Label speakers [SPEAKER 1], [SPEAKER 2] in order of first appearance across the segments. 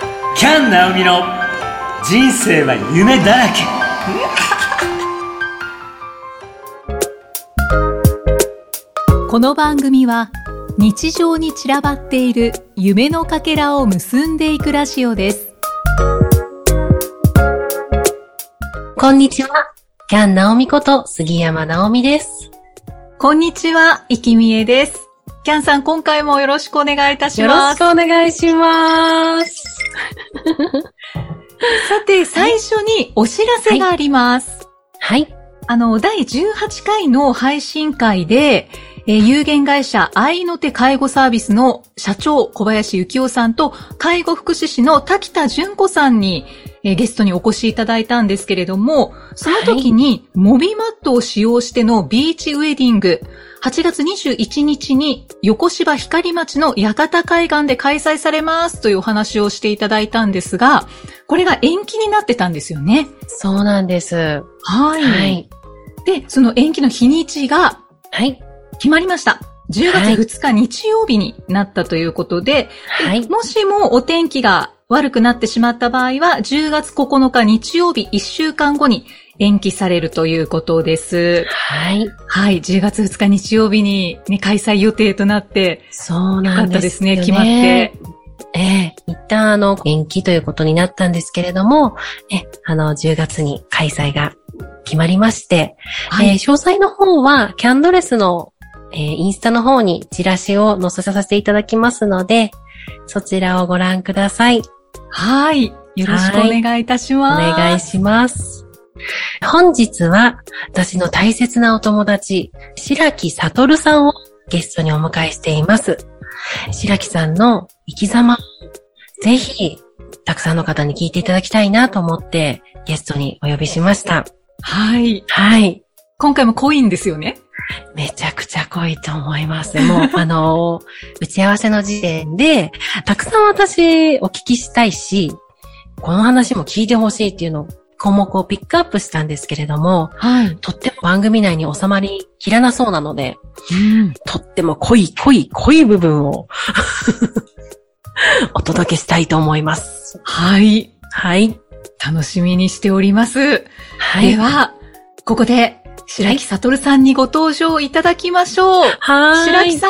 [SPEAKER 1] 菅直美の人生は夢だらけ
[SPEAKER 2] この番組は日常に散らばっている夢のかけらを結んでいくラジオです
[SPEAKER 3] こんにちは。キャンナオミこと杉山ナオミです。
[SPEAKER 2] こんにちは、いきみえですキャンさん今回もよろしくお願いいたし
[SPEAKER 3] よろ
[SPEAKER 2] ます
[SPEAKER 3] しくお願いします。
[SPEAKER 2] さて最初にお知らせがあります、
[SPEAKER 3] はい。
[SPEAKER 2] あの、第18回の配信会で、えー有限会社愛の手介護サービスの社長小林幸雄さんと介護福祉士の滝田純子さんに、えーゲストにお越しいただいたんですけれども、その時にモビマットを使用してのビーチウェディング、8月21日に横芝光町の八方海岸で開催されますというお話をしていただいたんですが、これが延期になってたんですよね。
[SPEAKER 3] そうなんです。は
[SPEAKER 2] はい
[SPEAKER 3] い。
[SPEAKER 2] で、その延期の日にちが
[SPEAKER 3] はい。
[SPEAKER 2] 決まりました。10
[SPEAKER 3] はい
[SPEAKER 2] 月2日日曜日になったということで、
[SPEAKER 3] はい。
[SPEAKER 2] もしもお天気が悪くなってしまった場合は、10月9日日曜日1週間後に延期されるということです。
[SPEAKER 3] はい。
[SPEAKER 2] はい、10月2日日曜日に、ね、開催予定となって、
[SPEAKER 3] そう
[SPEAKER 2] よか
[SPEAKER 3] な
[SPEAKER 2] っ
[SPEAKER 3] ん
[SPEAKER 2] た
[SPEAKER 3] です
[SPEAKER 2] です
[SPEAKER 3] よ
[SPEAKER 2] ね、決まって。。
[SPEAKER 3] ええ一旦あの、延期ということになったんですけれども、え、あの、10月に開催が決まりまして、
[SPEAKER 2] は
[SPEAKER 3] えー
[SPEAKER 2] い、
[SPEAKER 3] 詳細の方は、キャンドレスの、えーインスタの方にチラシを載せさせていただきますので、そちらをご覧ください。
[SPEAKER 2] はい、よろしくお願いいたし
[SPEAKER 3] お
[SPEAKER 2] ます。
[SPEAKER 3] 願いします。本日は、私の大切なお友達、白木悟さんをゲストにお迎えしています。白木さんの生き様、ぜひ、たくさんの方に聞いていただきたいなと思って、ゲストにお呼びしました。
[SPEAKER 2] はい、
[SPEAKER 3] はい。
[SPEAKER 2] 今回も濃いんですよね。
[SPEAKER 3] めちゃくちゃ濃いと思います。もう、あの、打ち合わせの時点で、たくさん私お聞きしたいし、この話も聞いてほしいっていうのを項目をピックアップしたんですけれども、
[SPEAKER 2] はい。
[SPEAKER 3] とっても番組内に収まりきらなそうなので、
[SPEAKER 2] うん
[SPEAKER 3] とっても濃い濃い濃い部分を お届けしたいと思います。
[SPEAKER 2] はい、
[SPEAKER 3] はい。
[SPEAKER 2] 楽しみにしております。
[SPEAKER 3] は
[SPEAKER 2] で、は、ここで、白木悟さんにご登場いただきましょう。
[SPEAKER 3] はーい。
[SPEAKER 2] 白木さ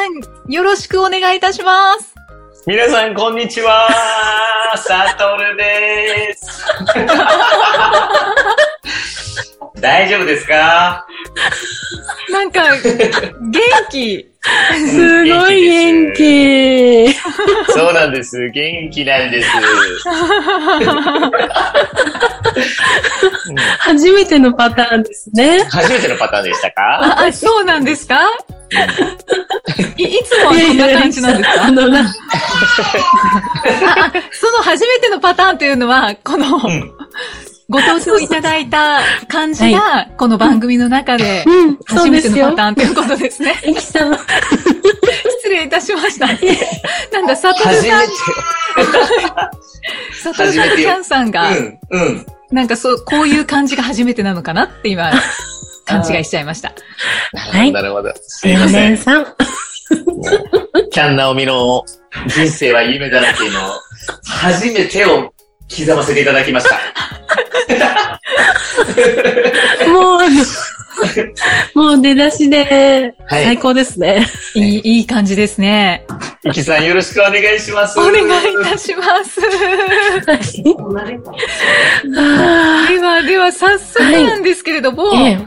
[SPEAKER 2] ん、よろしくお願いいたします。
[SPEAKER 1] 皆さんこんにち はサトルです 大丈夫ですか
[SPEAKER 2] なんか、元気。
[SPEAKER 3] すご い元
[SPEAKER 1] 元気
[SPEAKER 3] 気。
[SPEAKER 1] そうなんです元気なんです、うん
[SPEAKER 3] 初めてのパターンですね。
[SPEAKER 1] 初めてのパターンでしたか
[SPEAKER 2] あ、そうなんですかいいつもはこんな感じなんです か
[SPEAKER 3] あのな、
[SPEAKER 2] ああその初めてのパターンというのは、この、
[SPEAKER 1] うん
[SPEAKER 2] ご登場いただいた感じが、この番組の中で、
[SPEAKER 3] うん、そ
[SPEAKER 2] 初
[SPEAKER 3] うで
[SPEAKER 2] めて
[SPEAKER 3] す
[SPEAKER 2] の
[SPEAKER 3] よ
[SPEAKER 2] パ。ターンということですね。
[SPEAKER 3] えきさん、
[SPEAKER 2] 失礼いたしました。なんだ、サトル
[SPEAKER 1] 初
[SPEAKER 2] さ
[SPEAKER 1] め
[SPEAKER 2] ん
[SPEAKER 1] て、
[SPEAKER 2] サトルさんとキャンさんが、
[SPEAKER 1] うんうん
[SPEAKER 2] なんかそう、こういう感じが初めてなのかなって今、勘違いしちゃいま した。
[SPEAKER 3] はい
[SPEAKER 1] なるほど。すいま
[SPEAKER 3] 4
[SPEAKER 1] せ
[SPEAKER 3] 年
[SPEAKER 1] ん。
[SPEAKER 3] さん。
[SPEAKER 1] キャンナオミの人生は夢だらけの初めてを刻ませていただきま した。
[SPEAKER 3] もう、あの、もう出だしで、
[SPEAKER 1] はい
[SPEAKER 3] 最高ですね。
[SPEAKER 2] いい、いい感じですね。
[SPEAKER 1] イキさんよろしくお願いします。
[SPEAKER 2] お願いいたし ます。
[SPEAKER 3] あ
[SPEAKER 2] では、では、早速なんですけれども、
[SPEAKER 3] ーええ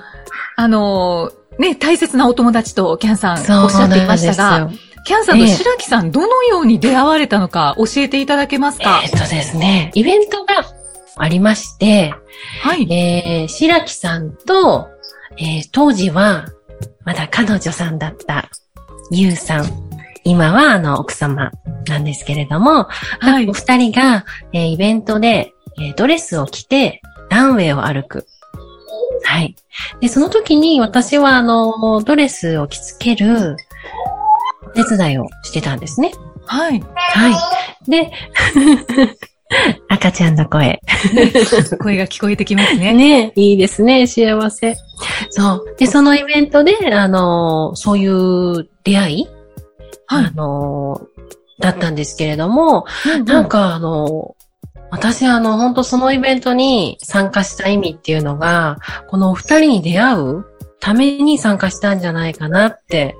[SPEAKER 2] あの、ね、大切なお友達とキャンさんおっしゃっていました
[SPEAKER 3] そうな
[SPEAKER 2] が、
[SPEAKER 3] んですよ
[SPEAKER 2] キャンさんと白木さん、どのように出会われたのか教えていただけますか
[SPEAKER 3] えっとですね、イベントがありまして、
[SPEAKER 2] はい。
[SPEAKER 3] えー、白木さんと、えー当時は、まだ彼女さんだった、ゆうさん。今は、あの、奥様なんですけれども、
[SPEAKER 2] はい
[SPEAKER 3] お。二人が、えーイベントで、えードレスを着て、ランウェイを歩く。はい。で、その時に私は、あの、ドレスを着付ける、お手伝いをしてたんですね。
[SPEAKER 2] はい。
[SPEAKER 3] はい。で、 赤ちゃんの声。
[SPEAKER 2] 声が聞こえてきますね。
[SPEAKER 3] ねいいですね、幸せ。そう。で、そのイベントで、あのーそういう出会い、
[SPEAKER 2] はい
[SPEAKER 3] あのーだったんですけれども、
[SPEAKER 2] うん
[SPEAKER 3] なんかあのー私、あの、本当そのイベントに参加した意味っていうのが、このお二人に出会うために参加したんじゃないかなって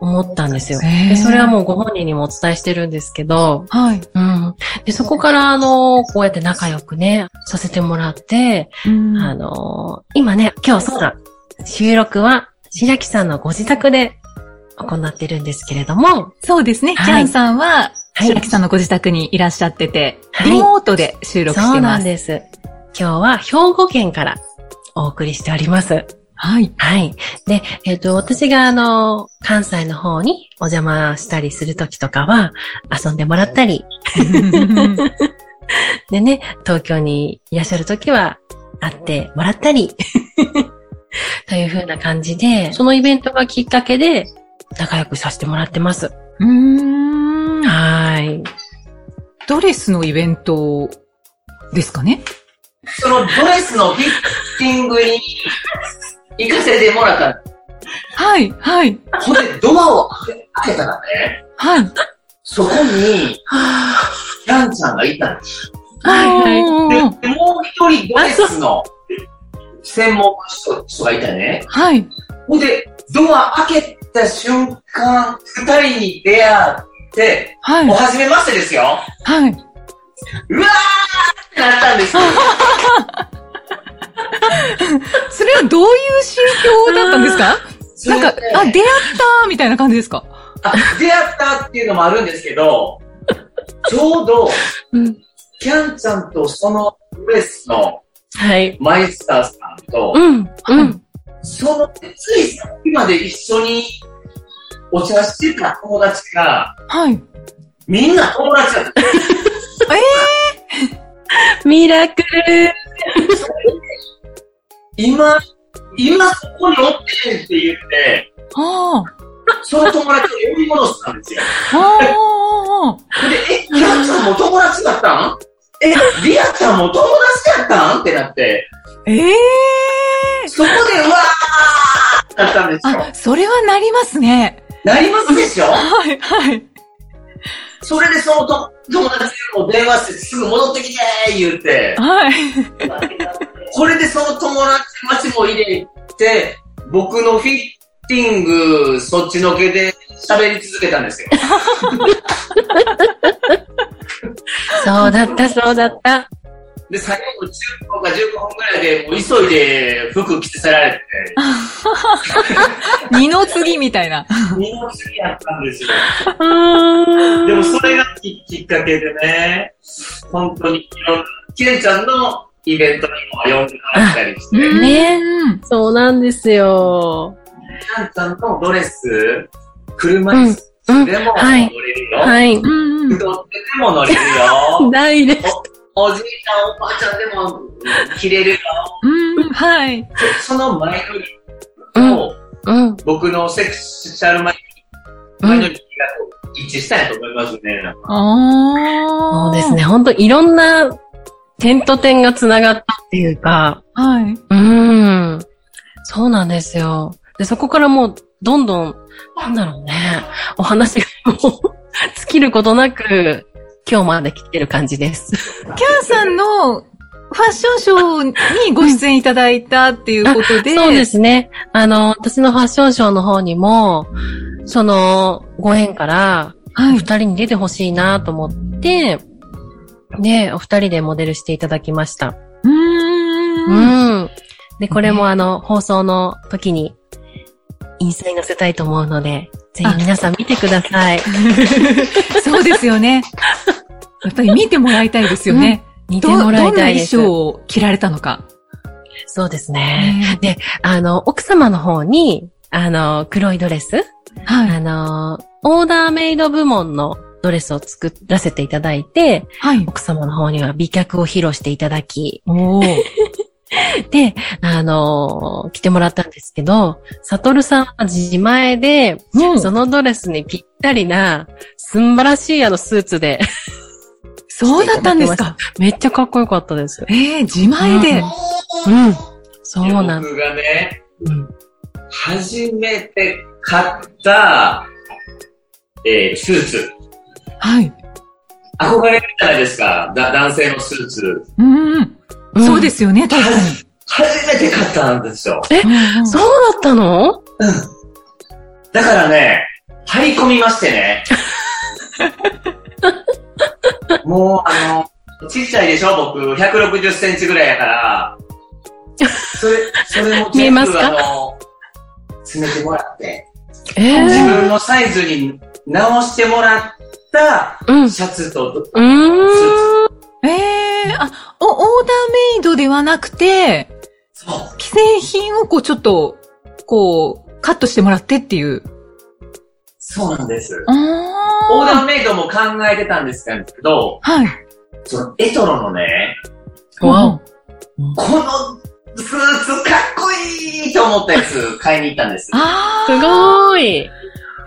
[SPEAKER 3] 思ったんですよ。
[SPEAKER 2] へー
[SPEAKER 3] でそれはもうご本人にもお伝えしてるんですけど、
[SPEAKER 2] はい。
[SPEAKER 3] うん。で、そこから、あの、こうやって仲良くね、させてもらって、
[SPEAKER 2] うん
[SPEAKER 3] あの、今ね、今日そうだ、収録は白木さんのご自宅で行ってるんですけれども、
[SPEAKER 2] そうですね。
[SPEAKER 3] はい
[SPEAKER 2] キャンさんは、
[SPEAKER 3] はい
[SPEAKER 2] 白木さんのご自宅にいらっしゃってて、
[SPEAKER 3] はい
[SPEAKER 2] リモートで収録し
[SPEAKER 3] そ
[SPEAKER 2] て
[SPEAKER 3] うな
[SPEAKER 2] ま
[SPEAKER 3] ん
[SPEAKER 2] す。
[SPEAKER 3] です。今日は兵庫県からお送りしております。
[SPEAKER 2] はい。
[SPEAKER 3] はい。で、えっ、と、私があの、関西の方にお邪魔したりするときとかは、遊んでもらったり、でね、東京にいらっしゃるときは、会ってもらったり、 という風な感じで、そのイベントがきっかけで、仲良くさせてもらってます。
[SPEAKER 2] うーん。
[SPEAKER 3] はい。
[SPEAKER 2] ドレスのイベントですかね
[SPEAKER 4] そのドレスのフィッティングに行かせてもらった
[SPEAKER 2] はい、はい、
[SPEAKER 4] のほんで、ドアを開けたらね、
[SPEAKER 2] はい。
[SPEAKER 4] そこに、
[SPEAKER 3] は
[SPEAKER 4] キャンちゃんがいたんです。
[SPEAKER 3] はい
[SPEAKER 4] で、
[SPEAKER 2] は
[SPEAKER 4] も
[SPEAKER 2] い。
[SPEAKER 4] う一人ドレスの専門の人人がいたね。
[SPEAKER 2] はい。
[SPEAKER 4] ほんで、ドア開けた瞬間、二人に出会って、
[SPEAKER 2] はい
[SPEAKER 4] もう。初めましてですよ。
[SPEAKER 2] はい。
[SPEAKER 4] うわーってなったんですよ。
[SPEAKER 2] それはどういう心境だったんですか
[SPEAKER 4] そ
[SPEAKER 2] な
[SPEAKER 4] れ
[SPEAKER 2] ん
[SPEAKER 4] で
[SPEAKER 2] か、あ、出会ったみたいな感じですか
[SPEAKER 4] あ出会ったっていうのもあるんですけど、ちょうど、
[SPEAKER 3] うん
[SPEAKER 4] キャンちゃんとそのドレスの
[SPEAKER 3] はい。
[SPEAKER 4] マイスターさんと、
[SPEAKER 3] うん。うん。
[SPEAKER 4] そのついさっきまで一緒にお茶してた友達が、
[SPEAKER 2] はい。
[SPEAKER 4] みんな友達だった。
[SPEAKER 3] ミラクル
[SPEAKER 4] 今、今そこにおってんって言って、
[SPEAKER 2] ああ。
[SPEAKER 4] その友達を呼び戻したんですよ。
[SPEAKER 2] あ
[SPEAKER 4] で、え、キャンちゃんも友達だったんえ、リアちゃんも友達だったんってなって、
[SPEAKER 2] あ。 ええ
[SPEAKER 4] そこでうわーってなったんですよ。
[SPEAKER 2] あ、それはなりますね。
[SPEAKER 4] なりますでしょ
[SPEAKER 2] はい、はい。
[SPEAKER 4] それでそのと友達にも電話してすぐ戻ってきてー言うて、
[SPEAKER 2] はい。
[SPEAKER 4] これでその友達町も入れて、僕のフィッティングそっちのけで喋り続けたんですよ。
[SPEAKER 3] そうだった、そうだった。
[SPEAKER 4] で、最後10分か15分ぐらいで、もう急いで服着せられて、
[SPEAKER 2] 二の次みたい な。
[SPEAKER 4] 二の次やったんですよ。
[SPEAKER 3] で
[SPEAKER 4] でもそれがききっかけでね、本当にいろんな、ケンちゃんのイベントにも呼んでもらったりして、
[SPEAKER 3] んね
[SPEAKER 2] うん。
[SPEAKER 3] そうなんですよ。
[SPEAKER 4] ケンちゃんのドレス、車椅
[SPEAKER 3] うんう
[SPEAKER 4] 子
[SPEAKER 3] ん
[SPEAKER 4] でも
[SPEAKER 3] はい
[SPEAKER 4] 乗れるよ。
[SPEAKER 3] はい。
[SPEAKER 2] うんうん。
[SPEAKER 4] 太ってても乗れるよ。
[SPEAKER 3] ないです。
[SPEAKER 4] おじいちゃん、おばあちゃんでも着れるよ。
[SPEAKER 2] うん、はい。
[SPEAKER 4] その前乗り
[SPEAKER 3] うん。
[SPEAKER 4] を、
[SPEAKER 3] うん。
[SPEAKER 4] 僕のセクシャル前
[SPEAKER 3] う
[SPEAKER 4] 前乗
[SPEAKER 3] ん。
[SPEAKER 4] りが一致したいと思いますね。
[SPEAKER 2] あ
[SPEAKER 3] そ
[SPEAKER 2] あ。
[SPEAKER 3] うですね。。本当いろんな点と点が繋がったっていうか、
[SPEAKER 2] はい。
[SPEAKER 3] うん。そうなんですよ。で、そこからもう、どんどん、なんだろうね。お話がもう、 尽きることなく、今日まで来てる感じです。
[SPEAKER 2] キャンさんのファッションショーにご出演いただいたっていうことで。
[SPEAKER 3] そうで。すね。あの、私のファッションショーの方にも、その、ご縁から、
[SPEAKER 2] はい。
[SPEAKER 3] 二人に出てほしいなと思って、で、お二人でモデルしていただきました。
[SPEAKER 2] う
[SPEAKER 3] う
[SPEAKER 2] ーん。
[SPEAKER 3] ん。で、これ
[SPEAKER 2] ね
[SPEAKER 3] もあの、放送の時に、インスタに載せたいと思うので、ぜひ皆さん見てくだ さい。
[SPEAKER 2] そうですよね。やっぱり見てもらいたいですよね。
[SPEAKER 3] 見て
[SPEAKER 2] どど
[SPEAKER 3] も
[SPEAKER 2] んな
[SPEAKER 3] らい
[SPEAKER 2] 衣
[SPEAKER 3] たいです。
[SPEAKER 2] 装を着られたのか。
[SPEAKER 3] そうですね。あの、奥様の方に、あの、黒いドレス、
[SPEAKER 2] はい。
[SPEAKER 3] あの、オーダーメイド部門のドレスを作らせていただいて、
[SPEAKER 2] はい。
[SPEAKER 3] 奥様の方には美脚を披露していただき、
[SPEAKER 2] おー。
[SPEAKER 3] で、あの、着てもらったんですけど、サトルさんは自前で、
[SPEAKER 2] うん
[SPEAKER 3] そのドレスにぴったりな、すんばらしいあのスーツで、
[SPEAKER 2] そうだったんですか。
[SPEAKER 3] めっちゃかっこよかったです。
[SPEAKER 2] ええ、自前で。
[SPEAKER 3] うん。そうなん
[SPEAKER 4] 僕がね、
[SPEAKER 3] うん。
[SPEAKER 4] 初めて買った、えースーツ。
[SPEAKER 2] はい。
[SPEAKER 1] 憧れるじゃないですか。だ男性のスーツ。
[SPEAKER 2] うんうん。そうですすよね、確か
[SPEAKER 1] 初めて買ったんですよ。
[SPEAKER 2] に。うんうん
[SPEAKER 3] そうだったの
[SPEAKER 1] だからね、張り込みまして ね。もう、あの、ちっちゃいでしょ僕、160センチぐらいやから。それ、それも
[SPEAKER 3] 見え
[SPEAKER 1] 全
[SPEAKER 3] ます
[SPEAKER 1] 部、
[SPEAKER 3] か
[SPEAKER 1] あの、詰めてもらって、
[SPEAKER 3] え
[SPEAKER 1] 自
[SPEAKER 3] え
[SPEAKER 1] 分のサイズに直してもらった
[SPEAKER 3] うん。う
[SPEAKER 1] シャツと、
[SPEAKER 3] ーん。
[SPEAKER 2] ええあ、お、オーダーメイドではなくて、
[SPEAKER 1] そう、
[SPEAKER 2] 既製品をこうちょっと、こう、カットしてもらってっていう。
[SPEAKER 1] そうなんです。
[SPEAKER 2] あ
[SPEAKER 1] オーダーメイドも考えてたんですけど、
[SPEAKER 2] はい。
[SPEAKER 1] そのエトロのね、
[SPEAKER 3] わお。
[SPEAKER 1] このスーツかっこいいと思ったやつ買いに行ったんです。
[SPEAKER 2] ああ。
[SPEAKER 3] すごーい。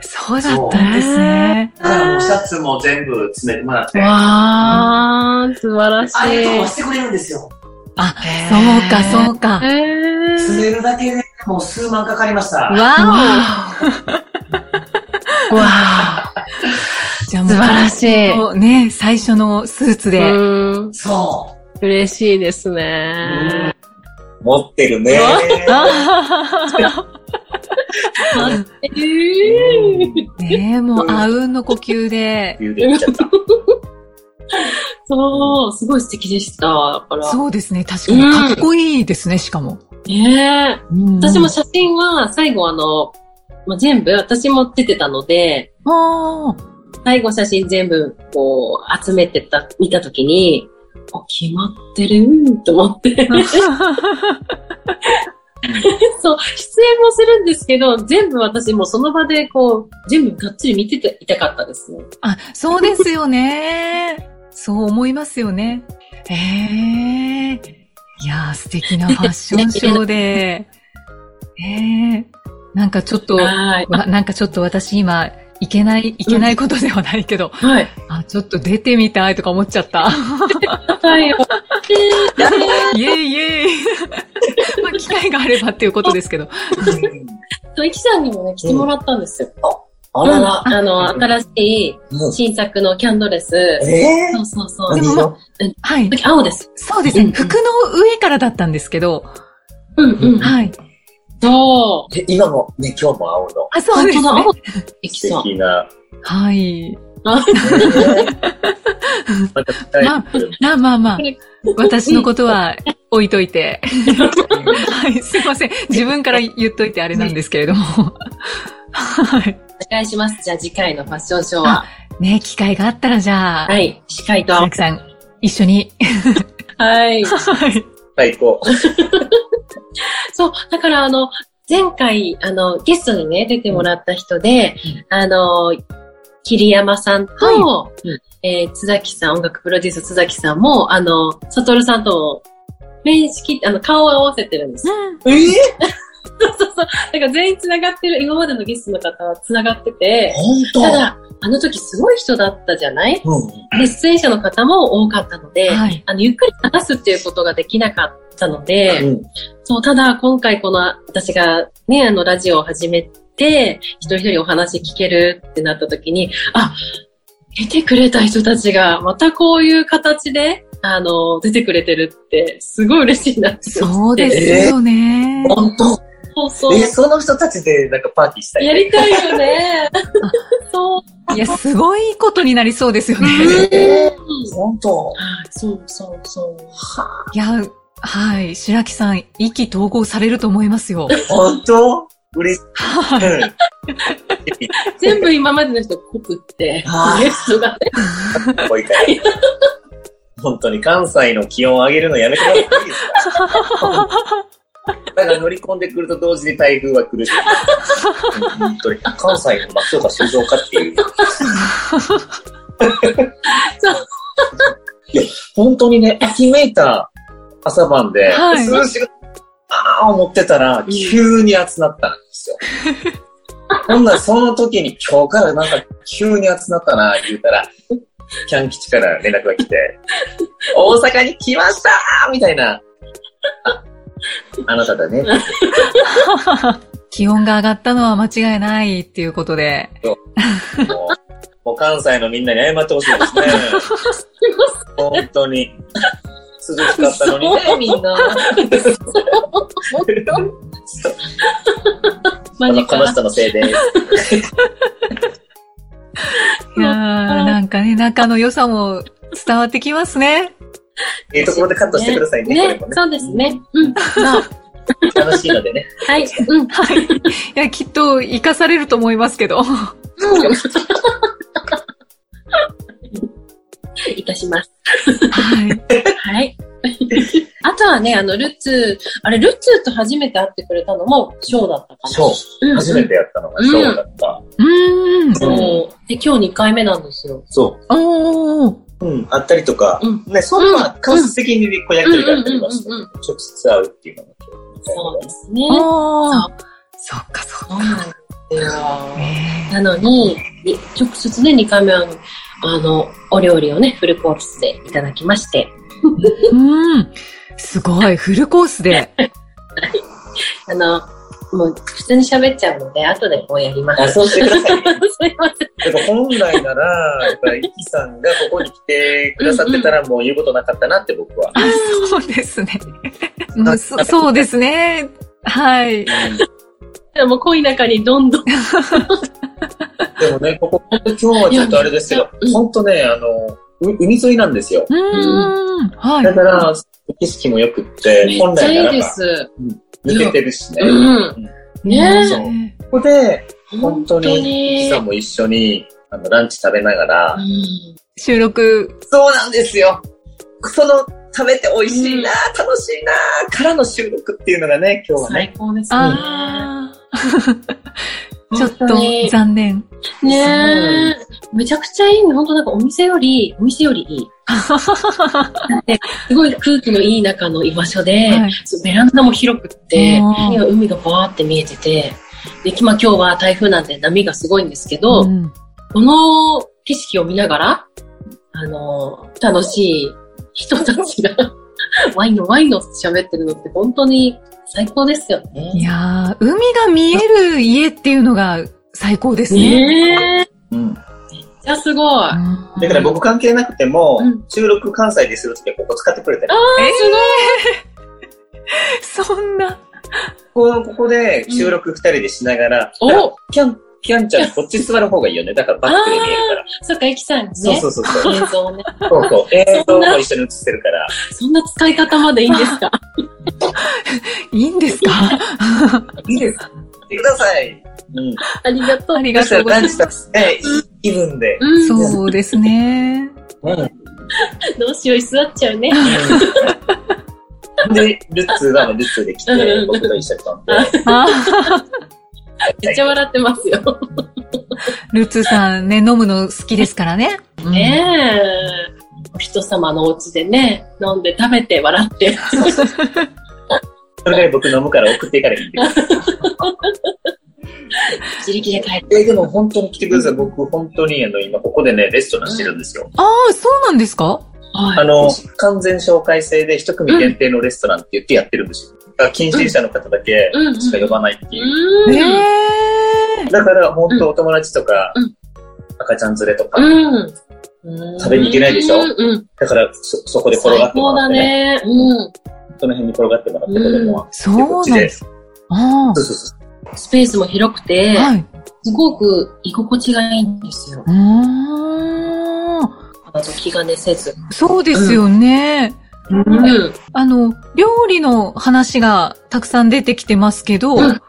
[SPEAKER 2] そうだったんですね。
[SPEAKER 1] だからもうシャツも全部詰めてもらって、
[SPEAKER 3] わー、素晴らし
[SPEAKER 1] あれとも
[SPEAKER 3] い。
[SPEAKER 1] してくれるんですよ。
[SPEAKER 2] あ、
[SPEAKER 3] へー
[SPEAKER 2] そうか、そうか。
[SPEAKER 3] えー。
[SPEAKER 1] 詰めるだけでもう数万かかりました。
[SPEAKER 2] わ
[SPEAKER 3] お。
[SPEAKER 2] お
[SPEAKER 3] わ
[SPEAKER 2] じゃあ
[SPEAKER 3] ー、
[SPEAKER 2] も
[SPEAKER 3] 素
[SPEAKER 2] う
[SPEAKER 3] 晴らしい。
[SPEAKER 2] もうね、最初のスーツで。
[SPEAKER 3] うん
[SPEAKER 1] そ
[SPEAKER 3] 嬉しいです
[SPEAKER 1] う。
[SPEAKER 3] ね。
[SPEAKER 1] 持ってるね。
[SPEAKER 3] あーえー
[SPEAKER 2] ねえ、もう、あうんの呼吸で。
[SPEAKER 1] 言うてみちゃった。
[SPEAKER 3] そう、すごい素敵でした。だから。
[SPEAKER 2] そうですね、確かに。かっこいいですね、しかも。
[SPEAKER 3] ねえ
[SPEAKER 2] うん
[SPEAKER 3] 私も写真は最後あの、まあ、全部私も出てたので、
[SPEAKER 2] あ ー
[SPEAKER 3] 最後写真全部こう集めてた、見たときに、あ、決まってると思って。そう、出演もするんですけど、全部私もうその場でこう、全部がっつり見てていたかったですね。
[SPEAKER 2] あ、そうですよね。そう思いますよね。ええいやー、素敵 なファッションショーで。ええなんかちょっと、わ
[SPEAKER 3] はい。
[SPEAKER 2] なんかちょっと私今、いけない、いけないことではないけど、
[SPEAKER 3] はい。
[SPEAKER 2] あ、ちょっと出てみたいとか思っちゃ った。
[SPEAKER 3] はい。
[SPEAKER 2] イエイイ エイ。まあ、機会があればっていうことですけど。
[SPEAKER 3] そう、イキさんにもね、着てもらったんですよ。
[SPEAKER 4] あ
[SPEAKER 3] うん
[SPEAKER 4] らら。
[SPEAKER 3] あの、
[SPEAKER 1] うん
[SPEAKER 3] 新しい
[SPEAKER 4] うん
[SPEAKER 3] 新作のキャンドレス。
[SPEAKER 4] え
[SPEAKER 3] そうそうそ
[SPEAKER 4] ー、
[SPEAKER 3] う。で
[SPEAKER 4] 何
[SPEAKER 3] も、
[SPEAKER 4] 色
[SPEAKER 2] はい。
[SPEAKER 3] 青です。
[SPEAKER 2] そうです
[SPEAKER 3] う
[SPEAKER 2] ね
[SPEAKER 3] ん。
[SPEAKER 2] 服の上からだったんですけど。
[SPEAKER 3] うんうん。
[SPEAKER 2] はい。
[SPEAKER 3] そう。
[SPEAKER 4] え今も、ね、今日も青の。
[SPEAKER 2] あ、そうです、ね。
[SPEAKER 3] 本当だ、青。イキ
[SPEAKER 4] 素
[SPEAKER 3] さん。
[SPEAKER 4] 敵な。
[SPEAKER 2] はい。
[SPEAKER 4] えーまた二人で
[SPEAKER 2] まあまあまあ
[SPEAKER 3] これ、
[SPEAKER 2] 私のことは置いといて。 はい、すいません。自分から言っといてあれなんですけれども。はい。
[SPEAKER 3] お願いします。じゃあ次回のファッションショーは。
[SPEAKER 2] ね、機会があったらじゃあ、
[SPEAKER 3] は、い。司会と
[SPEAKER 2] さ
[SPEAKER 3] 青。
[SPEAKER 2] くさん、一緒に。
[SPEAKER 3] はい。
[SPEAKER 2] はい。
[SPEAKER 4] 最高。
[SPEAKER 3] そう、だからあの、前回、あの、ゲストにね、出てもらった人で、あの、桐山さんと、
[SPEAKER 4] うん
[SPEAKER 3] えー津崎さん、音楽プロデューサー津崎さんも、あの、サトルさんと、面識、あの、顔を合わせてるんです。
[SPEAKER 4] えー、
[SPEAKER 3] そうそう。だから全員繋がってる、今までのゲストの方は繋がってて、
[SPEAKER 4] 本当
[SPEAKER 3] ただ、あの時すごい人だったじゃない
[SPEAKER 4] うん。
[SPEAKER 3] で、出演者の方も多かったので、
[SPEAKER 2] はい。
[SPEAKER 3] あの、ゆっくり話すっていうことができなかったので、
[SPEAKER 4] うん。
[SPEAKER 3] そう、ただ今回この私がね、あのラジオを始めて、一人一人お話聞けるってなった時に、あ、出てくれた人たちがまたこういう形で、あの、出てくれてるって、すごい嬉しいなって
[SPEAKER 2] そうですよね。
[SPEAKER 4] 本当
[SPEAKER 3] そうそう
[SPEAKER 4] え、。その人たちで、なんかパーティーしたい。
[SPEAKER 3] やりたいよね。 そう。
[SPEAKER 2] いや、すごいことになりそうですよね。
[SPEAKER 4] えー、本当
[SPEAKER 3] はいそうそうそう。
[SPEAKER 2] いや、はい。白木さん、意気投合されると思いますよ。
[SPEAKER 4] 本当嬉しい。
[SPEAKER 2] はい。
[SPEAKER 4] うん
[SPEAKER 3] 全部今までの人濃くって
[SPEAKER 4] あ、ー
[SPEAKER 3] ゲストがね。
[SPEAKER 4] こういう感じ本当に関西の気温を上げるのやめてもらっていいです かだから乗り込んでくると同時に台風は来るし。本当に関西の松岡修造かって いう。いや、本当にね、秋めいた朝晩で、
[SPEAKER 2] はい
[SPEAKER 4] 涼しく、ああ、思ってたら、急に暑なったんですよ。ほんならその時に今日からなんか急に暑なったな、言うたら、キャン吉から連絡が来て、大阪に来ましたーみたいな。ああなただね。
[SPEAKER 2] 気温が上がったのは間違いないっていうことで。
[SPEAKER 4] もうもう関西のみんなに謝ってほしいですね。本当 に。涼しかったのにね、みんな。
[SPEAKER 3] マジ
[SPEAKER 4] この
[SPEAKER 3] か。
[SPEAKER 4] 人のせいです。
[SPEAKER 2] いやーなんかね、仲の良さも伝わってきますね。
[SPEAKER 4] いいところでカットしてくださいね、
[SPEAKER 3] ね
[SPEAKER 4] これも、ね。
[SPEAKER 3] そうですね。うん。
[SPEAKER 4] 楽しいのでね。
[SPEAKER 3] はい。うん。
[SPEAKER 2] はい。いや、きっと生かされると思いますけど。
[SPEAKER 3] いたします。
[SPEAKER 2] はい。
[SPEAKER 3] はい。あとはね、あの、ルッツー、あれ、ルッツーと初めて会ってくれたのも、ショーだったかな。
[SPEAKER 4] そう。
[SPEAKER 3] うん
[SPEAKER 4] 初めてやったのがショーだった。
[SPEAKER 2] うーん。
[SPEAKER 3] そう。で、今日2回目なんですよ。
[SPEAKER 4] そ
[SPEAKER 2] おー。
[SPEAKER 4] う。うん、あったりとか、
[SPEAKER 3] うん
[SPEAKER 4] ね、そんな間接的にこうやりとりがあったりはして
[SPEAKER 3] うんうんうんう
[SPEAKER 4] 直接会うっていうのが
[SPEAKER 3] そうですね。
[SPEAKER 2] あー。そっかそっ
[SPEAKER 3] そ
[SPEAKER 2] か。
[SPEAKER 3] うなんですよ。
[SPEAKER 2] ね
[SPEAKER 3] なのに、に直接ね、2回目は、あの、お料理をね、フルコースでいただきまして、
[SPEAKER 2] うん。すごい。フルコースで。
[SPEAKER 3] あの、もう、普通に喋っちゃうので、後でこうやります。
[SPEAKER 4] あ、そうしてく ださいね。
[SPEAKER 3] すいません。
[SPEAKER 4] でも本来なら、やっぱり、イキさんがここに来てくださってたら、もう言うことなかったなって僕は。
[SPEAKER 2] あ、そうですね。うん そそうですね。はい。
[SPEAKER 3] でも、濃い中にどんどん。
[SPEAKER 4] でもね、ここ、本当今日はちょっとあれですけど
[SPEAKER 3] いや、
[SPEAKER 4] 本当ね、あの、う海沿いなんですよ。
[SPEAKER 2] うーん。は
[SPEAKER 4] だ
[SPEAKER 2] い。
[SPEAKER 4] から、景色も良くって、本来ならば
[SPEAKER 3] す。
[SPEAKER 4] 抜けてるしね。
[SPEAKER 3] うんねえ
[SPEAKER 4] そうここで、本当
[SPEAKER 3] 本当
[SPEAKER 4] に、
[SPEAKER 3] に
[SPEAKER 4] イキさんも一緒に、あの、ランチ食べながら、
[SPEAKER 3] うん
[SPEAKER 2] 収録。
[SPEAKER 4] そうなんですよ。その、食べて美味しいな、楽しいな、からの収録っていうのがね、今日はね。
[SPEAKER 3] 最高ですね。
[SPEAKER 2] あー。ちょっと
[SPEAKER 3] 本当に
[SPEAKER 2] 残念。
[SPEAKER 3] ねえ。めちゃくちゃいいね。本当なんかお店より、お店よりいい。すごい空気のいい中の居場所で、
[SPEAKER 2] はい
[SPEAKER 3] そうベランダも広くって、
[SPEAKER 2] うん
[SPEAKER 3] 今海がバーって見えてて、で、今今日は台風なんで波がすごいんですけど、
[SPEAKER 2] うん
[SPEAKER 3] この景色を見ながら、あの、楽しい人たちが、 ワインのワインの喋ってるのって本当に最高ですよ
[SPEAKER 2] い
[SPEAKER 3] ね。
[SPEAKER 2] やー、海が見える家っていうのが最高ですね。
[SPEAKER 3] ねえ。
[SPEAKER 4] うん。
[SPEAKER 3] めっちゃすごい。
[SPEAKER 2] うん
[SPEAKER 4] だから僕関係なくても、
[SPEAKER 3] うん
[SPEAKER 4] 収録関西でするときはここ使ってくれたり、
[SPEAKER 2] そんな。
[SPEAKER 4] ここここで収録二人でしながら、
[SPEAKER 3] うん
[SPEAKER 4] だから
[SPEAKER 3] お
[SPEAKER 4] キャン、キャンちゃんこっち座る方がいいよね。だからバックで見えるから。
[SPEAKER 3] そっか、エキさんね。
[SPEAKER 4] そうそうそうそう。
[SPEAKER 3] 映像ね。
[SPEAKER 4] そうそう。映像も一緒に映せるから。
[SPEAKER 3] そんな使い方までいいんで すか
[SPEAKER 2] いいんですか
[SPEAKER 4] いいです。てください。うん。
[SPEAKER 3] ありがとう
[SPEAKER 2] あ。り
[SPEAKER 4] そ
[SPEAKER 2] が
[SPEAKER 4] した
[SPEAKER 2] と
[SPEAKER 4] ら
[SPEAKER 2] うござ
[SPEAKER 4] ラ
[SPEAKER 2] い
[SPEAKER 4] ン
[SPEAKER 2] ま
[SPEAKER 4] チ
[SPEAKER 2] す。
[SPEAKER 4] 食べて、いい気分で。
[SPEAKER 3] うん、
[SPEAKER 2] そうですね。
[SPEAKER 4] うん。
[SPEAKER 3] どうしよう、居座っちゃうね。
[SPEAKER 4] で、ルッツーはルッツーで来
[SPEAKER 3] う
[SPEAKER 4] て
[SPEAKER 3] ん、
[SPEAKER 4] 僕と一緒に飛んで。
[SPEAKER 2] あ
[SPEAKER 3] めっちゃ笑ってますよ。
[SPEAKER 2] ールッツーさんね、飲むの好きですからね。
[SPEAKER 3] ねえ。お人様のお家でね、飲んで食べて笑って。
[SPEAKER 4] それぐらい僕飲むから送っていかれるっていう。
[SPEAKER 3] 自力で帰って。
[SPEAKER 4] え、でも本当に来てください。僕、本当に、あの、今ここでね、レストランしてるんですよ。
[SPEAKER 2] ああ、そうなんですか
[SPEAKER 4] あの、完全紹介制で一組限定のレストランって言ってやってるんですよ。だから近親者の方だけ
[SPEAKER 3] うんうん
[SPEAKER 4] しか呼ばないっていう。
[SPEAKER 2] え
[SPEAKER 3] う
[SPEAKER 2] え
[SPEAKER 3] ん。
[SPEAKER 4] だから、本当お友達とか、
[SPEAKER 3] うん
[SPEAKER 4] 赤ちゃん連れとか、
[SPEAKER 3] うん。うん
[SPEAKER 4] 食べに行けないでしょ
[SPEAKER 3] うんうん。
[SPEAKER 4] だからそ、そこで転が
[SPEAKER 3] 最
[SPEAKER 4] ってもら
[SPEAKER 3] 高だ
[SPEAKER 4] ってね。
[SPEAKER 3] ね。うん。
[SPEAKER 4] その辺に転がってもらって、子供は。
[SPEAKER 2] そうなんです。あ
[SPEAKER 4] そうそうそう。
[SPEAKER 3] スペースも広く
[SPEAKER 2] あ、
[SPEAKER 3] て、
[SPEAKER 2] はい。
[SPEAKER 3] すごく居心地がいいんですよ
[SPEAKER 2] う。ーん。
[SPEAKER 3] あと気兼ねせず。
[SPEAKER 2] そうですよね。
[SPEAKER 3] うん。
[SPEAKER 2] あの、料理の話がたくさん出てきてますけど
[SPEAKER 3] うん、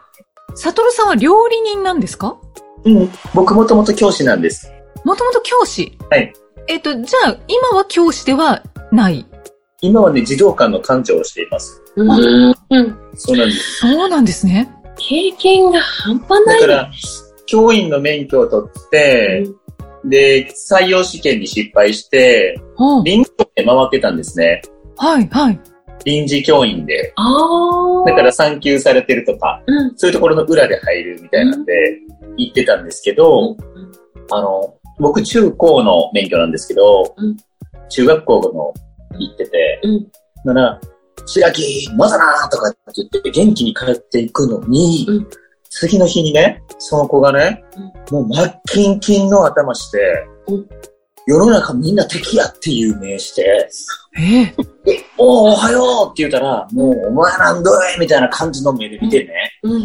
[SPEAKER 2] サトルさんは料理人なんですか
[SPEAKER 4] うん、僕もともと教師なんです。
[SPEAKER 2] もともと教師。
[SPEAKER 4] はい。
[SPEAKER 2] えっと、じゃあ、今は教師ではない。
[SPEAKER 4] 今はね、児童館の館長をしています。
[SPEAKER 3] うん。うん。
[SPEAKER 4] そうなんです。
[SPEAKER 2] そうなんですね。
[SPEAKER 3] 経験が半端な
[SPEAKER 4] だ
[SPEAKER 3] い
[SPEAKER 4] か
[SPEAKER 3] ね。
[SPEAKER 4] ら、教員の免許を取って、で、採用試験に失敗して、
[SPEAKER 2] おう
[SPEAKER 4] 臨時で回ってたんですね。
[SPEAKER 2] はい、はい。
[SPEAKER 4] 臨時教員で。
[SPEAKER 3] ああ。
[SPEAKER 4] だから、産休されてるとか、
[SPEAKER 3] うん。
[SPEAKER 4] そういうところの裏で入るみたいなんで、行ってたんですけど、あの、僕中高の免許なんですけど、
[SPEAKER 3] うん
[SPEAKER 4] 中学校の行ってて、
[SPEAKER 3] うん。
[SPEAKER 4] なら、白木、まだなーとかって言って元気に帰っていくのに、
[SPEAKER 3] うん
[SPEAKER 4] 次の日にね、その子がね、もう真っ金金の頭して
[SPEAKER 3] うん、
[SPEAKER 4] 世の中みんな敵やっていう名して、
[SPEAKER 2] ええ
[SPEAKER 4] え、おうおはようって言うたら、もうお前なんだいみたいな感じの目で見てね、
[SPEAKER 3] うん。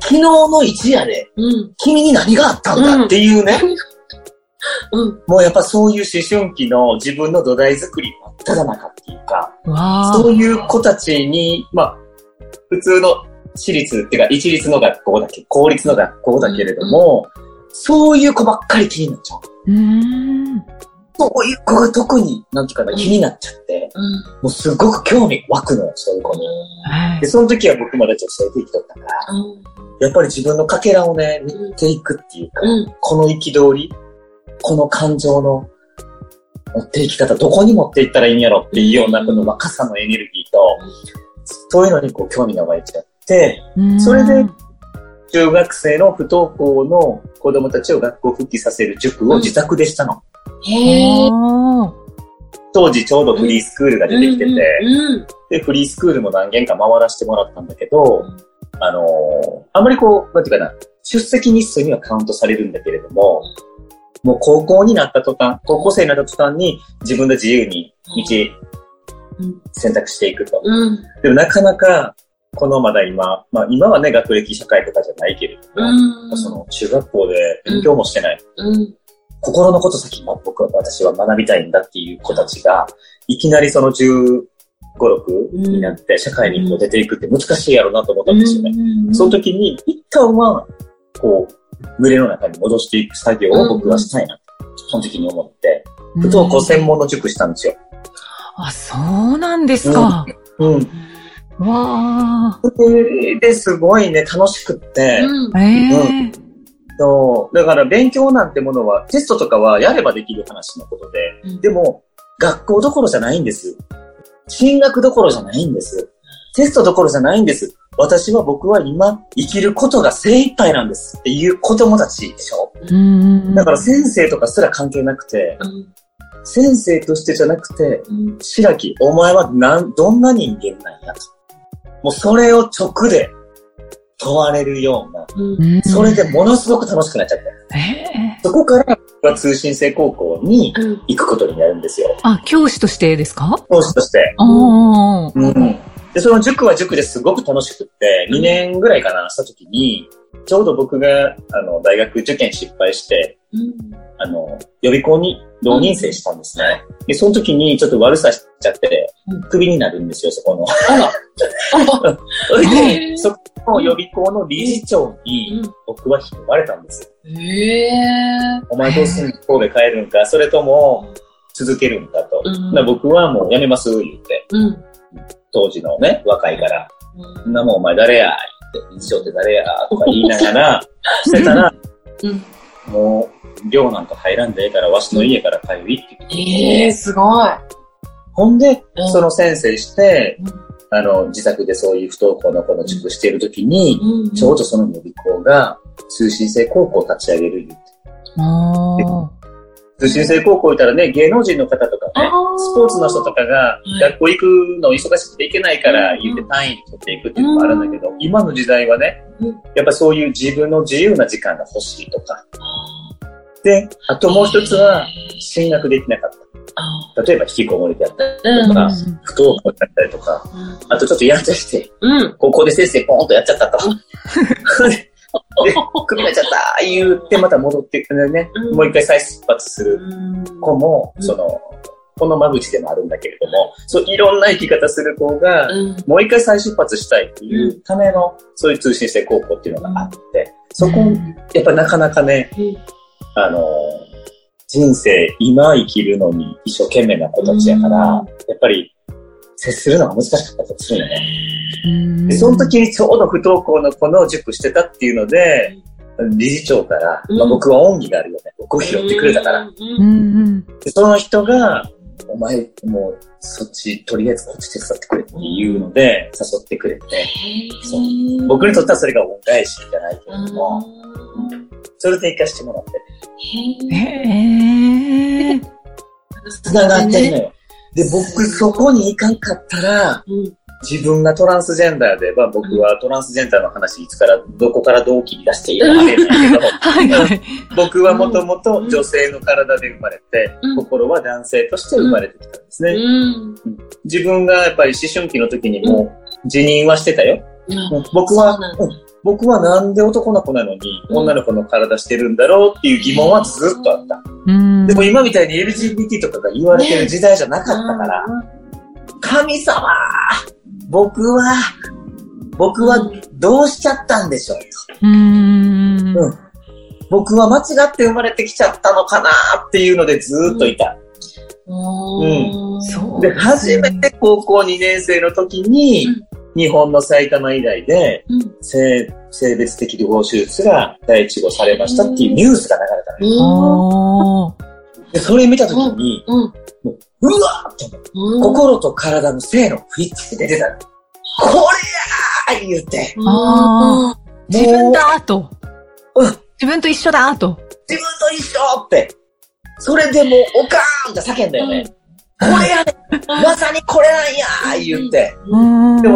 [SPEAKER 4] 昨日の一夜で
[SPEAKER 3] うん。
[SPEAKER 4] 君に何があったんだっていうね、
[SPEAKER 3] うん。
[SPEAKER 4] もうやっぱそういう思春期の自分の土台作り真っただ中っていうか、
[SPEAKER 2] わあ。
[SPEAKER 4] そういう子たちに、まあ、普通の私立っていうか一律の学校だけ、公立の学校だけれども、そういう子ばっかり気になっちゃう。
[SPEAKER 2] うーん。
[SPEAKER 4] そういう子が特に、なんていうかな、気になっちゃって、
[SPEAKER 3] うん。
[SPEAKER 4] もうすごく興味湧くのよ、そういう子に。
[SPEAKER 2] は
[SPEAKER 4] で、その時は僕まだ女性的だったから、やっぱり自分のかけらをね、見ていくっていうか、
[SPEAKER 3] うん。
[SPEAKER 4] この憤り、この感情の持っていき方、どこに持っていったらいいんやろっていうような、この若さのエネルギーと、そういうのにこう興味が湧いちゃって、
[SPEAKER 2] い。
[SPEAKER 4] それで中学生の不登校の子供たちを学校復帰させる塾を自宅でしたの。
[SPEAKER 3] へえ。
[SPEAKER 2] おー
[SPEAKER 4] 当時ちょうどフリースクールが出てきてて、
[SPEAKER 3] うん。
[SPEAKER 4] で、フリースクールも何軒か回らせてもらったんだけど
[SPEAKER 3] うん、
[SPEAKER 4] あのーあんまりこう、なんていうかな、出席日数にはカウントされるんだけれども、もう高校になった途端、高校生になった途端に自分で自由に道
[SPEAKER 3] うん、
[SPEAKER 4] 選択していくと。
[SPEAKER 3] うん。
[SPEAKER 4] でもなかなか、このまだ今、まあ今はね、学歴社会とかじゃないけれども、
[SPEAKER 3] うん。
[SPEAKER 4] その中学校で勉強もしてない、
[SPEAKER 3] うん。
[SPEAKER 4] 心のこと先も僕は私は学びたいんだっていう子たちが、いきなりその15、6になって社会にこう出ていくって難しいやろうなと思ったんですよね。その時に一旦は、こう、群れの中に戻していく作業を僕はしたいな、その時に思って、不登校専門の塾したんですよ。
[SPEAKER 2] あ、そうなんですか。
[SPEAKER 4] うん。
[SPEAKER 2] わ
[SPEAKER 4] で、すごいね、楽しくって、
[SPEAKER 2] あ。ええ。
[SPEAKER 4] そう。だから勉強なんてものは、テストとかはやればできる話のことで、でも、学校どころじゃないんです。進学どころじゃないんです。テストどころじゃないんです。私は僕は今、生きることが精一杯なんですっていう子供たちでしょ。
[SPEAKER 2] うん。
[SPEAKER 4] だから先生とかすら関係なくて、先生としてじゃなくて、白木、お前はなん、どんな人間なんやと。もうそれを直で問われるような、
[SPEAKER 2] うん、
[SPEAKER 4] それでものすごく楽しくなっちゃった。
[SPEAKER 2] ええ
[SPEAKER 4] そこから、僕は通信制高校に行くことになるんですよ。
[SPEAKER 2] あ、教師としてですか
[SPEAKER 4] 講師として。
[SPEAKER 2] ああ。
[SPEAKER 4] うん。で、その塾は塾ですごく楽しくって、2年ぐらいかな、した時に、ちょうど僕が、あの、大学受験失敗して、あの、予備校に浪人生したんですね。で、その時にちょっと悪さしちゃって
[SPEAKER 3] うん、
[SPEAKER 4] クビになるんですよ、そこの。
[SPEAKER 3] あら。あら。
[SPEAKER 4] それ
[SPEAKER 3] へー
[SPEAKER 4] で、そこの予備校の理事長に
[SPEAKER 3] うん、
[SPEAKER 4] 僕は引っ張れたんですよ。
[SPEAKER 3] ええ。
[SPEAKER 4] お前どうすんの神戸帰るんか、それとも、続けるんかと。
[SPEAKER 3] うん
[SPEAKER 4] だから僕はもうやめます、言って。
[SPEAKER 3] うん。
[SPEAKER 4] 当時のね、若いから。そんなもんお前誰やって、理事長って誰やとか言いなが ら、してたら、
[SPEAKER 3] うん
[SPEAKER 4] もう、寮なんか入らんでええから、わしの家から通いって。
[SPEAKER 3] ええ、すごい。
[SPEAKER 4] ほんで、
[SPEAKER 3] うん
[SPEAKER 4] その先生して
[SPEAKER 3] うん、
[SPEAKER 4] あの、自宅でそういう不登校の子の塾してるときに、
[SPEAKER 3] うん
[SPEAKER 4] ちょうどその予備校が、通信制高校を立ち上げる言うて。
[SPEAKER 2] あ
[SPEAKER 4] 通信制高校いたらね、芸能人の方とかね、スポーツの人とかが
[SPEAKER 3] い
[SPEAKER 4] 学校行くの忙しくて行けないから言って単位取っていくっていうのもあるんだけど、今の時代はね
[SPEAKER 3] うん、
[SPEAKER 4] やっぱそういう自分の自由な時間が欲しいとか。で、あともう一つは、進学できなかった。例えば引きこもりであったり
[SPEAKER 3] う
[SPEAKER 4] と
[SPEAKER 3] ん
[SPEAKER 4] か、不登校だったりとか、あとちょっとやんちゃして、
[SPEAKER 3] うん。
[SPEAKER 4] 高校で先生ポーンとやっちゃったと。 で、組みなっちゃった言ってまた戻ってくるね
[SPEAKER 3] う、ん
[SPEAKER 4] もう一回再出発する子も、
[SPEAKER 3] うん
[SPEAKER 4] その、この間口でもあるんだけれども、そういろんな生き方する子が、
[SPEAKER 3] うん。
[SPEAKER 4] もう一回再出発したいっていううための、そういう通信制高校っていうのがあって、そこ
[SPEAKER 2] うん、
[SPEAKER 4] やっぱなかなかね、
[SPEAKER 3] うん
[SPEAKER 4] あのー、人生、今生きるのに一生懸命な子たちやから、
[SPEAKER 3] うん
[SPEAKER 4] やっぱり、接するのが難しかったりするよね。
[SPEAKER 2] うん
[SPEAKER 4] で、その時にちょうど不登校の子の塾してたっていうので、理事長から、ま
[SPEAKER 3] う
[SPEAKER 4] あ、
[SPEAKER 3] ん
[SPEAKER 4] 僕は恩義があるよね。僕を拾ってくれたから。。
[SPEAKER 2] うんうん。
[SPEAKER 4] でその人が、お前、もう、そっち、とりあえずこっち手伝ってくれって言うので、誘ってくれて、
[SPEAKER 3] そう
[SPEAKER 4] 僕にとってはそれが恩返しじゃないけれども、それで生かしてもらって、
[SPEAKER 2] ええ
[SPEAKER 4] 繋がってるのよ。で、僕そこに行かんかったら、
[SPEAKER 3] うん。
[SPEAKER 4] 自分がトランスジェンダーで、まあ、僕はトランスジェンダーの話、いつから、どこからどう切り出していいのかわかんな いけど、
[SPEAKER 2] はいはい。
[SPEAKER 4] 僕はもともと女性の体で生まれて、
[SPEAKER 5] うん
[SPEAKER 4] 心は男性として生まれてきたんですね。
[SPEAKER 5] うん。
[SPEAKER 4] 自分がやっぱり思春期の時にもう辞任はしてたよ。うん僕は
[SPEAKER 5] そうなん、
[SPEAKER 4] うん僕はなんで男の子なのに
[SPEAKER 5] うん
[SPEAKER 4] 女の子の体してるんだろうっていう疑問はずっとあった。
[SPEAKER 2] うん。
[SPEAKER 4] でも今みたいに LGBT とかが言われてる時代じゃなかったから、神様僕は、僕はどうしちゃったんでしょう
[SPEAKER 2] うん。
[SPEAKER 4] うん僕は間違って生まれてきちゃったのかなっていうのでずっといた。
[SPEAKER 5] うん。
[SPEAKER 2] そう
[SPEAKER 4] で、初めて高校2年生の時に、日本の埼玉医大で
[SPEAKER 5] うん
[SPEAKER 4] 性、性別的療法手術が第一号されましたっていうニュースが流れたのよ
[SPEAKER 5] うん。
[SPEAKER 2] おー。
[SPEAKER 4] で、それ見た時に、
[SPEAKER 5] うん。
[SPEAKER 4] うわーっと思って、心と体の性の不一致って出てたの。これやー言うて、
[SPEAKER 2] あ自分だ
[SPEAKER 4] も
[SPEAKER 2] ーと
[SPEAKER 4] うん。
[SPEAKER 2] 自分と一緒だーと。
[SPEAKER 4] う自分と一緒って、それでもう、おかーんって叫んだよね。これやねまさにこれなんやー言って、
[SPEAKER 2] うん。
[SPEAKER 4] で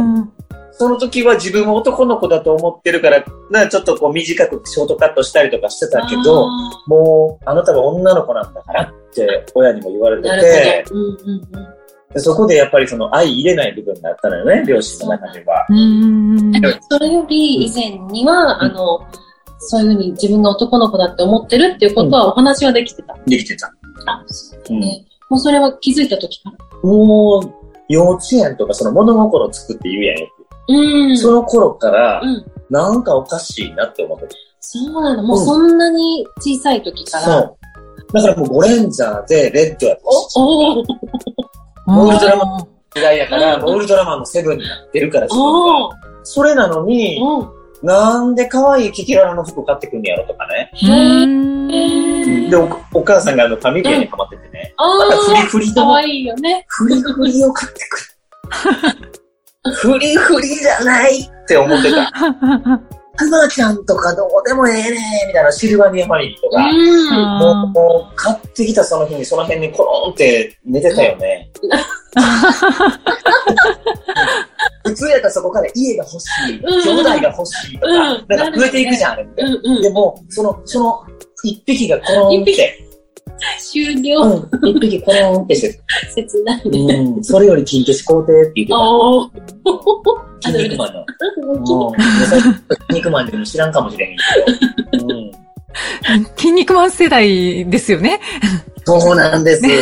[SPEAKER 4] その時は自分も男の子だと思ってるから、なちょっとこう短くショートカットしたりとかしてたけど、もうあなたは女の子なんだからって親にも言われて
[SPEAKER 5] なる
[SPEAKER 4] て、
[SPEAKER 5] ほど。うんうんうん。
[SPEAKER 4] でそこでやっぱりその相入れない部分があったのよね、両親の中では。
[SPEAKER 2] うん。
[SPEAKER 5] それより以前には、あの、そういうふうに自分が男の子だって思ってるっていうことはお話はできてた。
[SPEAKER 4] できてた。
[SPEAKER 5] あ、そう
[SPEAKER 4] う
[SPEAKER 5] ね
[SPEAKER 4] ん、
[SPEAKER 5] もうそれは気づいた時から。
[SPEAKER 4] もう幼稚園とかその物心つくって言うやんよく。
[SPEAKER 5] うん
[SPEAKER 4] そ
[SPEAKER 5] そ
[SPEAKER 4] の頃から
[SPEAKER 5] うん、
[SPEAKER 4] なんかおかしいなって思ってた。
[SPEAKER 5] うなんだ。もうそんなに小さい時から。
[SPEAKER 4] そう。だからもうゴレンジャーでレッドやったし
[SPEAKER 5] おお
[SPEAKER 4] ウルトラマン時代やから、もうウルトラマンのセブンになってるから、自分
[SPEAKER 5] お
[SPEAKER 4] がそれなのに、
[SPEAKER 5] お
[SPEAKER 4] なんで可愛いキキララの服買ってくんねやろとかね。
[SPEAKER 2] うん。
[SPEAKER 4] で、おお母さんがあの髪毛にハマっててね。
[SPEAKER 5] あ
[SPEAKER 4] なんかフリ
[SPEAKER 5] あ
[SPEAKER 4] フリ
[SPEAKER 5] か
[SPEAKER 4] の
[SPEAKER 5] わ、いいよね。
[SPEAKER 4] フリフリを買ってくる。 フリフリじゃないって思ってた。 クマちゃんとかどうでもええねみたいなシルバニアファミリーと
[SPEAKER 5] う
[SPEAKER 4] か。
[SPEAKER 5] ん。
[SPEAKER 4] もう、
[SPEAKER 2] あ
[SPEAKER 4] もう買ってきたその日にその辺にコロンって寝てたよね。普通やったらそこから家が欲しい、
[SPEAKER 5] うん
[SPEAKER 4] 兄弟が欲しいとか、
[SPEAKER 5] うん
[SPEAKER 4] なんか増えていくじゃん、あれみたいな
[SPEAKER 5] うんう
[SPEAKER 4] で
[SPEAKER 5] ん。
[SPEAKER 4] も、その、その、一匹がコロンって、
[SPEAKER 5] 終了
[SPEAKER 4] うん、一匹コロンってして
[SPEAKER 5] 切ない。
[SPEAKER 4] うん、それより金消し皇帝って言ってた。
[SPEAKER 5] お お。
[SPEAKER 4] 筋肉マンの。もうん、肉マンでも知らんかもしれへんけど。うん、
[SPEAKER 2] ー筋肉マン世代ですよね。
[SPEAKER 4] そうなんです。筋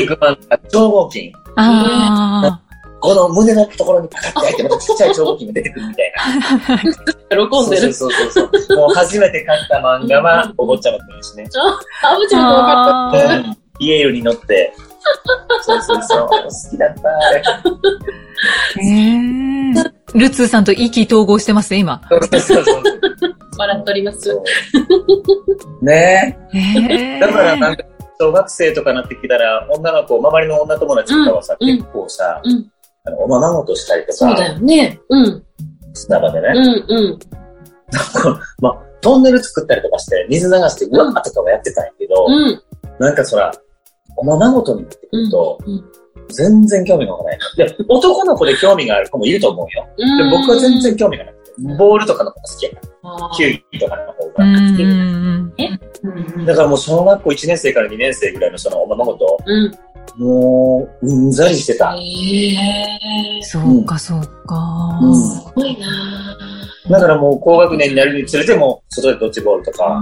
[SPEAKER 4] 肉マンが超合金。
[SPEAKER 2] あ
[SPEAKER 4] この胸のところにパカッて入って、またちっちゃい超合金が出てくるみたいな。
[SPEAKER 5] 喜んでる。
[SPEAKER 4] そうそうそうそう。もう初めて買った漫画は、お坊ちゃまくんですね。
[SPEAKER 5] あ、ぶちゃんも分かっ
[SPEAKER 2] あ。あ
[SPEAKER 4] うんイエールに乗って。そうそうそう。好きだった。あれ
[SPEAKER 2] ー。ねえルツーさんと意気統合してますね、今。
[SPEAKER 4] そうそうそうそう。
[SPEAKER 5] た。笑っております。
[SPEAKER 4] ね
[SPEAKER 2] え
[SPEAKER 4] え。だからなんか、小学生とかなってきたら、女の子、周りの女友達とかはさ、
[SPEAKER 5] うん
[SPEAKER 4] 結構さ、
[SPEAKER 5] うん
[SPEAKER 4] あの、おままごとしたりと
[SPEAKER 5] そうだよ
[SPEAKER 4] か、
[SPEAKER 5] ね。うん。
[SPEAKER 4] 砂場で
[SPEAKER 5] う
[SPEAKER 4] ね、
[SPEAKER 5] んうん。
[SPEAKER 4] まあ、トンネル作ったりとかして、水流して、うわーとかはやってたんやけど、
[SPEAKER 5] うん。
[SPEAKER 4] なんかそら、おままごとになってくると、
[SPEAKER 5] うんう
[SPEAKER 4] 全然興味がわかない。で、男の子で興味がある子もいると思うよ。で
[SPEAKER 5] うん
[SPEAKER 4] 僕は全然興味がなくて、ボールとかの方が好きやから、
[SPEAKER 5] あー
[SPEAKER 4] 球技とかの方
[SPEAKER 2] う
[SPEAKER 4] が好きやから
[SPEAKER 2] ん。
[SPEAKER 5] うん
[SPEAKER 4] だからもう小学校1年生から2年生ぐらいのそのおままごと、
[SPEAKER 5] うん。
[SPEAKER 4] もう、うんざりしてた。
[SPEAKER 5] へえ。
[SPEAKER 2] そうか、そうか。
[SPEAKER 4] うん
[SPEAKER 5] すごいな
[SPEAKER 4] だからもう高学年になるにつれても、外でドッジボールとか、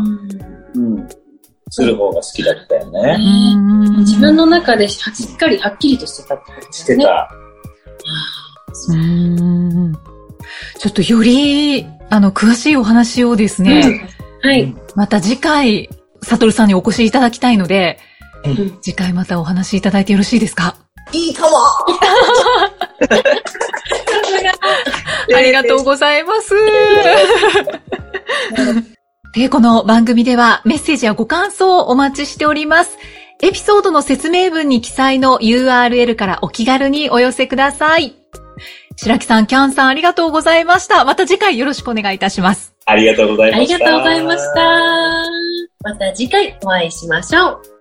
[SPEAKER 4] うん、する方が好きだったよ
[SPEAKER 5] ぁ
[SPEAKER 4] ね。
[SPEAKER 5] ね自分
[SPEAKER 2] の。
[SPEAKER 5] の中でしっかりはっきりとしてたってこと
[SPEAKER 4] し
[SPEAKER 5] だ
[SPEAKER 4] て
[SPEAKER 5] よね。
[SPEAKER 4] た。
[SPEAKER 2] うんちょっとより、あの、詳しいお話をですね、
[SPEAKER 5] うんはい。
[SPEAKER 2] また次回、サトルさんにお越しいただきたいので、
[SPEAKER 5] ん
[SPEAKER 2] 次回またお話しいただいてよろしいですか
[SPEAKER 4] いいかも
[SPEAKER 2] ありがとうございます。 で、この番組ではメッセージやご感想をお待ちしております。エピソードの説明文に記載の URL からお気軽にお寄せください。白木さん、キャンさんありがとうございました。また次回よろしくお願いいたします。
[SPEAKER 4] ありがとうござい
[SPEAKER 5] あ
[SPEAKER 4] ま
[SPEAKER 5] り
[SPEAKER 4] した。
[SPEAKER 5] がとうございました。また次回お会いしましょう。